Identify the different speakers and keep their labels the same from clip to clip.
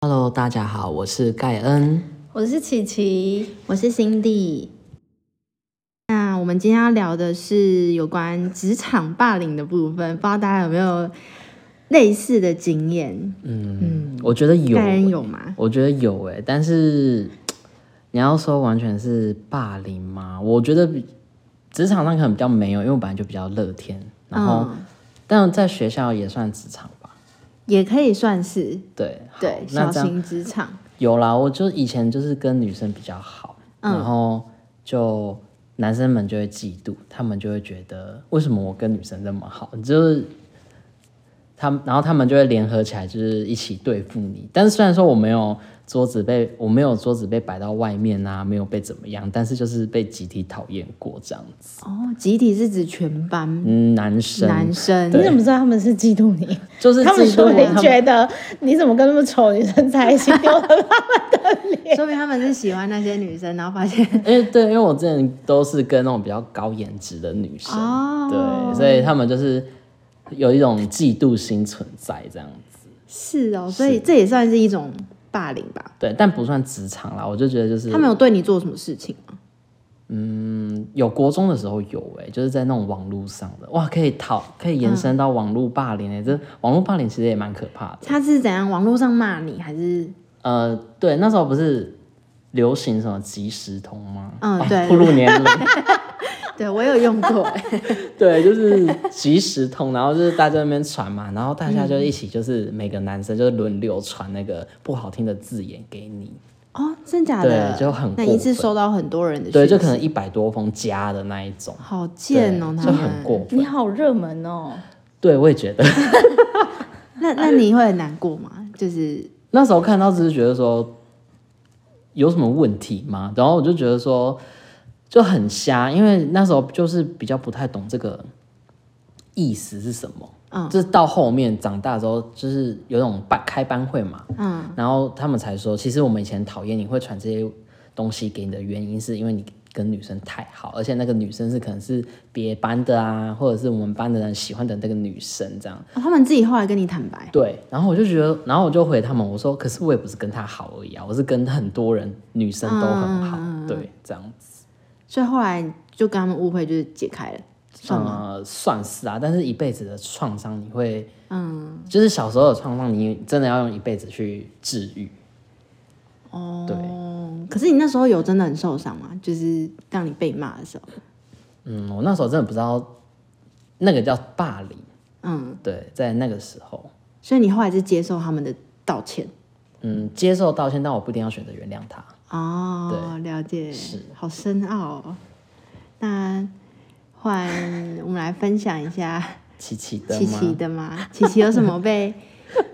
Speaker 1: Hello，大家好，我是盖恩。
Speaker 2: 我是琪琪，
Speaker 3: 我是 Cindy。那我们今天要聊的是有关职场霸凌的部分，不知道大家有没有类似的经验？
Speaker 1: 嗯，我觉得有、
Speaker 3: 盖人
Speaker 1: 欸
Speaker 3: 有吗？
Speaker 1: 我觉得有诶、但是你要说完全是霸凌吗？我觉得比职场上可能比较没有，因为我本来就比较乐天，然后、
Speaker 3: 嗯，
Speaker 1: 但在学校也算职场吧。
Speaker 3: 也可以算是
Speaker 1: 对好
Speaker 3: 对
Speaker 1: 那
Speaker 3: 小
Speaker 1: 这样
Speaker 3: 型职场。
Speaker 1: 有啦，我就以前就是跟女生比较好，
Speaker 2: 嗯
Speaker 1: 然后就男生们就会嫉妒，他们就会觉得为什么我跟女生那么好，就是他们，然后他们就会联合起来，就是一起对付你。但是虽然说我没有桌子被我没有桌子被摆到外面啊，没有被怎么样，但是就是被集体讨厌过这样子。
Speaker 3: 哦，集体是指全班
Speaker 1: 嗯，男生
Speaker 3: 男生，
Speaker 2: 你怎么知道他们是嫉妒你？
Speaker 1: 就是
Speaker 2: 他们
Speaker 1: 嫉妒
Speaker 2: 说不定
Speaker 1: 他们
Speaker 2: 觉得你怎么跟那么丑的女生在一起，丢了
Speaker 3: 说明他们是喜欢那些女生，然后发现
Speaker 1: 因为对，因为我之前都是跟那种比较高颜值的女生，
Speaker 3: 哦
Speaker 1: 对，所以他们就是有一种嫉妒心存在这样子，
Speaker 3: 是哦，所以这也算是一种霸凌吧？
Speaker 1: 对，但不算职场啦，我就觉得就是
Speaker 3: 他们有对你做什么事情吗？
Speaker 1: 有国中的时候有哎、就是在那种网络上的哇，可以讨可以延
Speaker 3: 嗯
Speaker 1: 伸到网络霸凌哎、这网络霸凌其实也蛮可怕的，
Speaker 3: 他是怎样网络上骂你，还是
Speaker 1: 呃，对，那时候不是流行什么即时通吗？
Speaker 3: 嗯
Speaker 1: 啊
Speaker 3: 对
Speaker 1: 暴 露年龄。
Speaker 3: 对我有用过？
Speaker 1: 对，就是即时通，然后就是大家在那边传嘛，然后大家就一起就是每个男生就是轮流传那个不好听的字眼给你，
Speaker 3: 哦，真假的？
Speaker 1: 对就很
Speaker 3: 那一
Speaker 1: 过
Speaker 3: 次
Speaker 1: 分
Speaker 3: 收到很多人的讯息，
Speaker 1: 对，就可能一百多封加的那一种，
Speaker 3: 好贱哦，
Speaker 1: 对
Speaker 3: 他
Speaker 1: 就
Speaker 3: 们
Speaker 1: 很过分。
Speaker 2: 你好热门哦。
Speaker 1: 对，我也觉得
Speaker 3: 那那你会很难过吗？就是
Speaker 1: 那时候看到只是觉得说有什么问题吗？然后我就觉得说就很瞎，因为那时候就是比较不太懂这个意思是什么。
Speaker 3: 嗯
Speaker 1: 就是到后面长大之后，就是有那种班开班会嘛，
Speaker 3: 嗯，
Speaker 1: 然后他们才说，其实我们以前讨厌你会传这些东西给你的原因，是因为你跟女生太好，而且那个女生是可能是别班的啊，或者是我们班的人喜欢的那个女生这样。
Speaker 3: 哦他们自己后来跟你坦白，
Speaker 1: 对，然后我就觉得，然后我就回他们，我说，可是我也不是跟她好而已啊，我是跟很多人女生都很好，
Speaker 3: 嗯
Speaker 1: 对，这样子，
Speaker 3: 所以后来就跟他们误会就是解开了，算吗？
Speaker 1: 呃，算是啊，但是一辈子的创伤，你会，
Speaker 3: 嗯，
Speaker 1: 就是小时候的创伤，你真的要用一辈子去治愈，
Speaker 3: 哦，
Speaker 1: 对。
Speaker 3: 可是你那时候有真的很受伤吗？就是让你被骂的时候，
Speaker 1: 嗯，我那时候真的不知道那个叫霸凌，
Speaker 3: 嗯，
Speaker 1: 对，在那个时候，
Speaker 3: 所以你后来是接受他们的道歉。
Speaker 1: 嗯，接受道歉，但我不一定要选择原谅他。
Speaker 3: 哦，了解，是好深奥、哦。那换我们来分享一下
Speaker 1: 琪琪的
Speaker 3: 琪
Speaker 1: 吗？
Speaker 3: 琪的吗？琪琪有什么被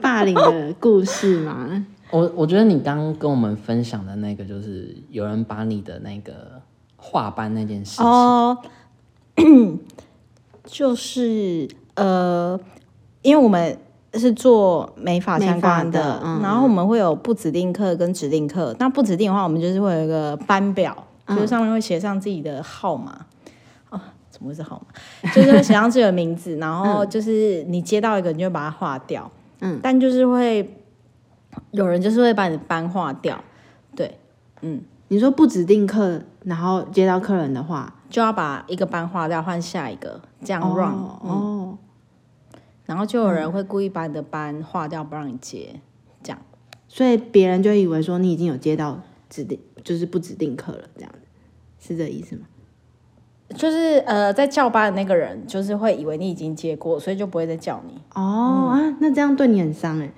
Speaker 3: 霸凌的故事 吗？
Speaker 1: 我我觉得你刚刚跟我们分享的那个，就是有人把你的那个画班那件事情，
Speaker 2: 哦，就是呃，因为我们是做美发相关
Speaker 3: 美发的嗯
Speaker 2: 然后我们会有不指定课跟指定课。那不指定的话，我们就是会有一个班表，
Speaker 3: 嗯
Speaker 2: 就是上面会写上自己的号码。啊，怎么会是号码？ 就是会写上自己的名字，然后就是你接到一个，你就把它划掉。
Speaker 3: 嗯，
Speaker 2: 但就是会有人就是会把你的班划掉，对，
Speaker 3: 你说不指定客，然后接到客人的话，
Speaker 2: 就要把一个班划掉，换下一个，这样 run。
Speaker 3: 哦哦，
Speaker 2: 然后就有
Speaker 1: 嗯
Speaker 2: 人会故意把你的班划掉，不让你接，这样。
Speaker 3: 所以别人就会以为说你已经有接到指定，就是不指定客了，这样子是这意思吗？
Speaker 2: 就是呃，在叫班的那个人，就是会以为你已经接过，所以就不会再叫你，
Speaker 3: 哦、啊，那这样对你很伤哎，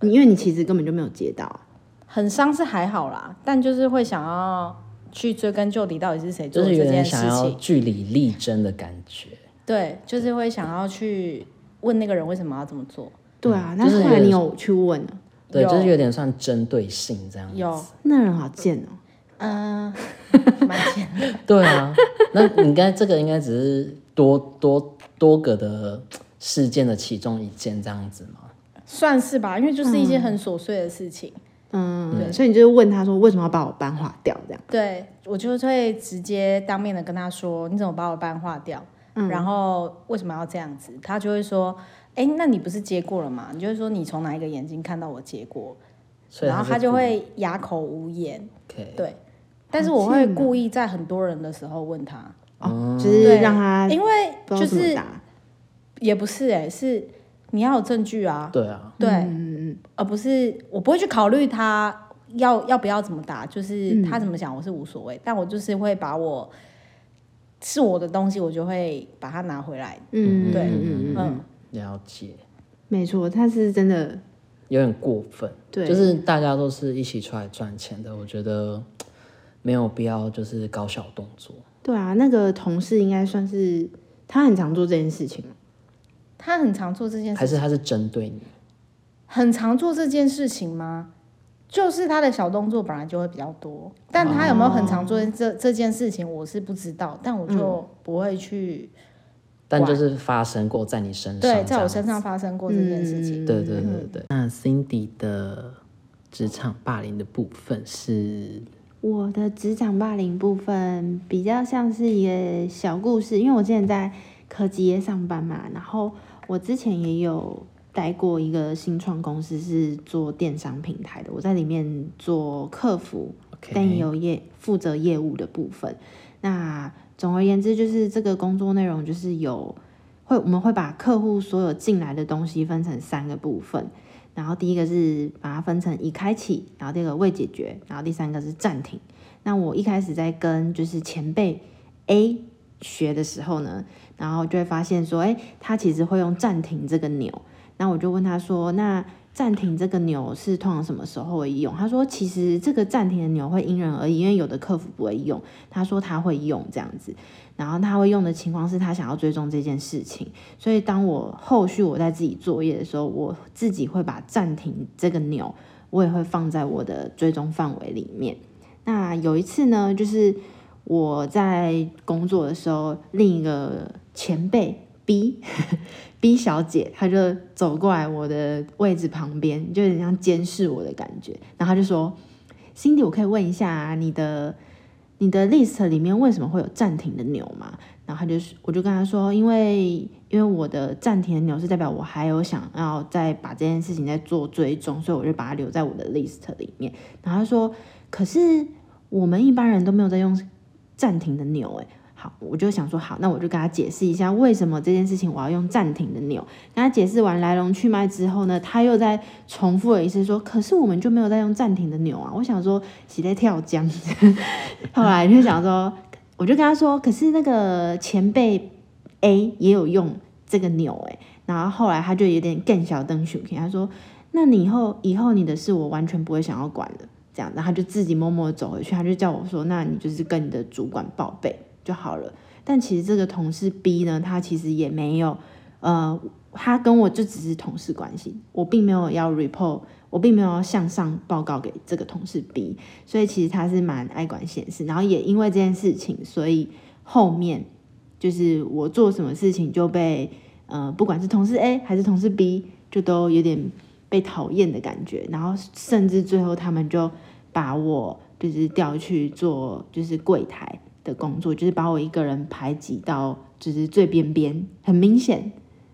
Speaker 3: 你因为你其实根本就没有接到啊，
Speaker 2: 很伤是还好啦，但就是会想要去追根究底，到底是谁
Speaker 1: 就
Speaker 2: 做
Speaker 1: 是
Speaker 2: 的
Speaker 1: 有
Speaker 2: 这
Speaker 1: 点
Speaker 2: 件事
Speaker 1: 想要
Speaker 2: 情。
Speaker 1: 据理力争的感觉。
Speaker 2: 对，就是会想要去问那个人为什么要这么 做。
Speaker 3: 对啊，那
Speaker 1: 就是
Speaker 3: 后来
Speaker 1: 有
Speaker 3: 你有去问哦了，
Speaker 1: 对，
Speaker 2: 有
Speaker 1: 就是有点算针对性这样子。
Speaker 2: 有，
Speaker 3: 那人好贱哦、
Speaker 2: 嗯、蛮贱的。
Speaker 1: 对啊，那你应该这个应该只是多多多个的事件的其中一件这样子嘛？
Speaker 2: 算是吧，因为就是一些很琐碎的事情。
Speaker 3: 嗯，所以你就是问他说为什么要把我班划掉这样？
Speaker 2: 对我就会直接当面的跟他说，你怎么把我班划掉？
Speaker 3: 嗯
Speaker 2: 然后为什么要这样子？他就会说，哎，那你不是接过了吗？你就会说你从哪一个眼睛看到我接过？
Speaker 1: 所以
Speaker 2: 然后
Speaker 1: 他
Speaker 2: 他就会哑口无言。
Speaker 1: OK，
Speaker 2: 对，但是我会故意在很多人的时候问他，
Speaker 3: 哦，就是
Speaker 2: 对，
Speaker 3: 让他
Speaker 2: 因为
Speaker 3: 不知道
Speaker 2: 就
Speaker 3: 怎么
Speaker 2: 是
Speaker 3: 答。
Speaker 2: 也不是哎、是你要有证据啊，
Speaker 1: 对啊，
Speaker 2: 对，
Speaker 3: 嗯嗯
Speaker 2: 而不是我不会去考虑他要要不要怎么打，
Speaker 3: 嗯
Speaker 2: 就是他怎么想我是无所谓，但我就是会把我是我的东西，我就会把它拿回来。
Speaker 3: 嗯，
Speaker 2: 对
Speaker 3: 嗯嗯嗯，
Speaker 2: 嗯，
Speaker 1: 了解，
Speaker 3: 没错，他是真的，
Speaker 1: 有点过分。
Speaker 3: 对，
Speaker 1: 就是大家都是一起出来赚钱的，我觉得没有必要就是搞小动作。
Speaker 3: 对啊，那个同事应该算是他很常做这件事情，
Speaker 2: 他很常做这件
Speaker 1: 还
Speaker 2: 事，
Speaker 1: 是他是针对你？
Speaker 2: 很常做这件事情吗？就是他的小动作本来就会比较多，但他有没有很常
Speaker 3: 哦
Speaker 2: 做这、这件事情，我是不知道，但我
Speaker 3: 嗯
Speaker 2: 就不会去、
Speaker 1: 但就是发生过在你身上，
Speaker 2: 对
Speaker 1: 这
Speaker 2: 在我
Speaker 1: 样
Speaker 2: 身上发生过这件事
Speaker 3: 嗯
Speaker 2: 情。
Speaker 1: 对对对对。嗯那 Cindy 的职场霸凌的部分是，
Speaker 3: 我的职场霸凌部分比较像是一个小故事，因为我之前在科技业上班嘛，然后我之前也有待过一个新创公司，是做电商平台的，我在里面做客服
Speaker 1: OK
Speaker 3: 但也有业负责业务的部分。那总而言之，就是这个工作内容就是有会我们会把客户所有进来的东西分成三个部分，然后第一个是把它分成已开启，然后第二个未解决，然后第三个是暂停。那我一开始在跟就是前辈 A 学的时候呢，然后就会发现说，哎，他其实会用暂停这个钮。那我就问他说，那暂停这个钮是通常什么时候会用？他说，其实这个暂停的钮会因人而异，因为有的客服不会用，他说他会用这样子。然后他会用的情况是他想要追踪这件事情，所以当我后续我在自己作业的时候，我自己会把暂停这个钮，我也会放在我的追踪范围里面。那有一次呢，就是我在工作的时候，另一个前辈 B B 小姐，她就走过来我的位置旁边，就有点像监视我的感觉。然后她就说：“Cindy，我可以问一下、啊、你的你的 list 里面为什么会有暂停的钮吗？”然后她就是，我就跟她说：“因为因为我的暂停的钮是代表我还有想要再把这件事情再做追踪，所以我就把它留在我的 list 里面。”然后她说：“可是我们一般人都没有在用暂停的钮，哎，好，我就想说，好，那我就跟他解释一下为什么这件事情我要用暂停的钮。跟他解释完来龙去脉之后呢，他又再重复了一次说，可是我们就没有在用暂停的钮啊。我想说，洗在跳江。 后来就想说，我就跟他说，可是那个前辈 A 也有用这个钮，哎，然后后来他就有点更小灯熊，他说，那你以后以后你的事我完全不会想要管了。这样，然后他就自己默默地走回去，他就叫我说：“那你就是跟你的主管报备就好了。”但其实这个同事 B 呢，他其实也没有，呃，他跟我就只是同事关系，我并没有要 report，我并没有要向上报告给这个同事 B，所以其实他是蛮爱管闲事，然后也因为这件事情，所以后面就是我做什么事情就被，呃，不管是同事 A 还是同事 B，就都有点被讨厌的感觉，然后甚至最后他们就把我就是调去做就是柜台的工作，就是把我一个人排挤到就是最边边，很明显。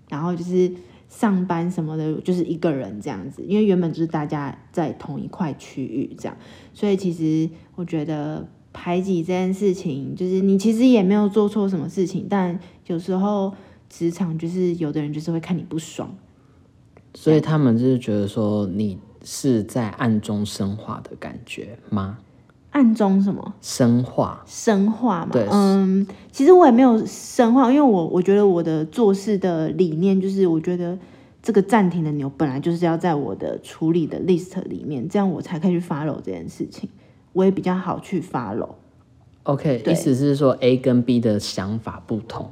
Speaker 3: 然后就是上班什么的，就是一个人这样子，因为原本就是大家在同一块区域这样，所以其实我觉得排挤这件事情，就是你其实也没有做错什么事情，但有时候职场就是有的人就是会看你不爽。
Speaker 1: 所以他们就是觉得说你是在暗中生化的感觉吗？
Speaker 3: 暗中什么
Speaker 1: 生化，
Speaker 3: 深化嘛
Speaker 1: 对，
Speaker 3: 嗯，其实我也没有深化，因为我我觉得我的做事的理念就是，我觉得这个暂停的钮本来就是要在我的处理的 list 里面，这样我才可以去 follow 这件事情，我也比较好去 follow。
Speaker 1: OK，
Speaker 3: 对
Speaker 1: 意思是说 A 跟 B 的想法不同，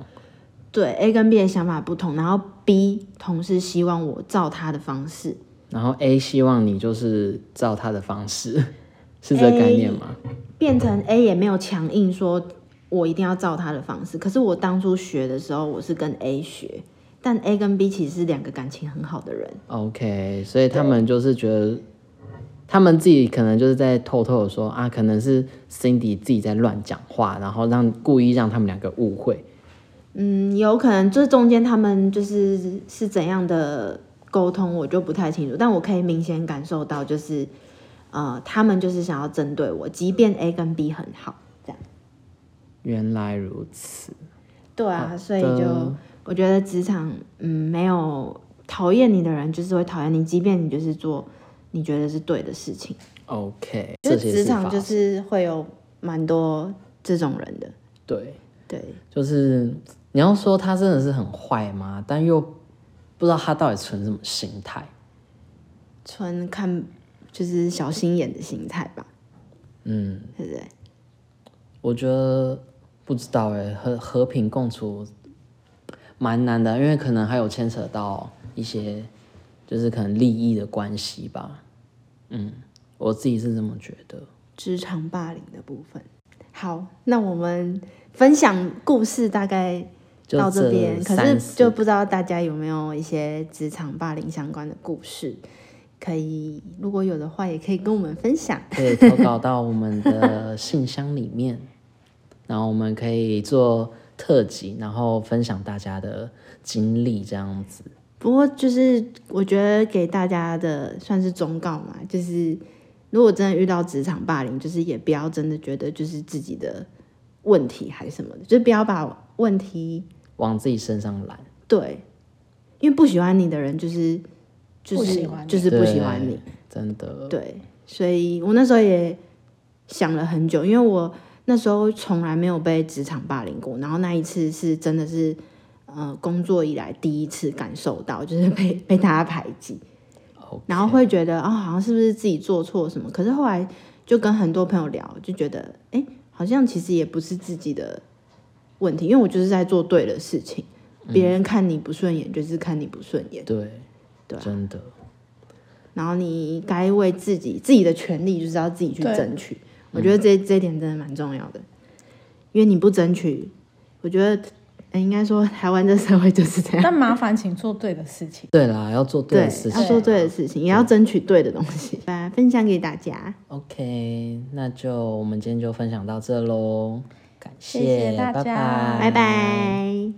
Speaker 3: 对 A 跟 B 的想法不同，然后 B 同事希望我照他的方式，
Speaker 1: 然后 A 希望你就是照他的方式， 是这个概念吗？
Speaker 3: 变成 A 也没有强硬说我一定要照他的方式。可是我当初学的时候，我是跟 A 学，但 A 跟 B 其实是两个感情很好的人。
Speaker 1: OK，所以他们就是觉得，他们自己可能就是在偷偷的说啊，可能是 Cindy 自己在乱讲话，然后让故意让他们两个误会。
Speaker 3: 嗯，有可能这中间他们就是是怎样的沟通我就不太清楚，但我可以明显感受到，就是呃，他们就是想要针对我，即便 A 跟 B 很好，这样。
Speaker 1: 原来如此，
Speaker 3: 对啊，所以就
Speaker 1: 的
Speaker 3: 我觉得职场，嗯，没有讨厌你的人，就是会讨厌你，即便你就是做你觉得是对的事情，
Speaker 1: OK，
Speaker 3: 就
Speaker 1: 这
Speaker 3: 是
Speaker 1: 些
Speaker 3: 职
Speaker 1: 是
Speaker 3: 场
Speaker 1: 发
Speaker 3: 就
Speaker 1: 生
Speaker 3: 是会有蛮多这种人的，
Speaker 1: 对，
Speaker 3: 对，
Speaker 1: 嗯就是你要说他真的是很坏吗？但又不知道他到底存什么心态。
Speaker 3: 纯看就是小心眼的心态吧，嗯，对不对？
Speaker 1: 我觉得不知道哎、和和平共处蛮难的，因为可能还有牵扯到一些就是可能利益的关系吧。嗯，我自己是这么觉得。
Speaker 3: 职场霸凌的部分。好，那我们分享故事大概
Speaker 1: 就
Speaker 3: 到这边，可
Speaker 1: 三
Speaker 3: 是
Speaker 1: 四
Speaker 3: 就不知道大家有没有一些职场霸凌相关的故事，可以如果有的话，也可以跟我们分享。
Speaker 1: 可以投稿到我们的信箱里面， 然后我们可以做特辑，然后分享大家的经历这样子。
Speaker 3: 不过就是我觉得给大家的算是忠告嘛，就是如果真的遇到职场霸凌，就是也不要真的觉得就是自己的问题还是什么的，就是不要把问题
Speaker 1: 往自己身上揽，
Speaker 3: 对，因为不喜欢你的人就是就
Speaker 2: 不
Speaker 3: 是
Speaker 2: 喜欢你
Speaker 3: 就是不喜欢你，
Speaker 1: 真的。
Speaker 3: 对，所以我那时候也想了很久，因为我那时候从来没有被职场霸凌过，然后那一次是真的是呃工作以来第一次感受到，就是被被大家排挤，
Speaker 1: OK
Speaker 3: 然后会觉得哦，好像是不是自己做错什么？可是后来就跟很多朋友聊，就觉得哎，好像其实也不是自己的问题，因为我就是在做对的事情，别人看你不顺眼就是看你不顺眼。
Speaker 1: 对
Speaker 3: 对啊
Speaker 1: 真的
Speaker 3: 然后你该为自己自己的权利就是要自己去
Speaker 2: 对
Speaker 3: 争取。我觉得这这一点真的蛮重要的，因为你不争取，我觉得、呃应该说台湾这社会就是 这样，
Speaker 2: 但麻烦请做对的事情。
Speaker 1: 对啦，要做对
Speaker 3: 对
Speaker 1: 的事，情。
Speaker 3: 要做对的事情，也要争取对的东西，把分享给大家。
Speaker 1: OK，那就我们今天就分享到这喽，感
Speaker 2: 谢谢大
Speaker 1: 拜
Speaker 2: 家
Speaker 1: 拜，
Speaker 3: 拜拜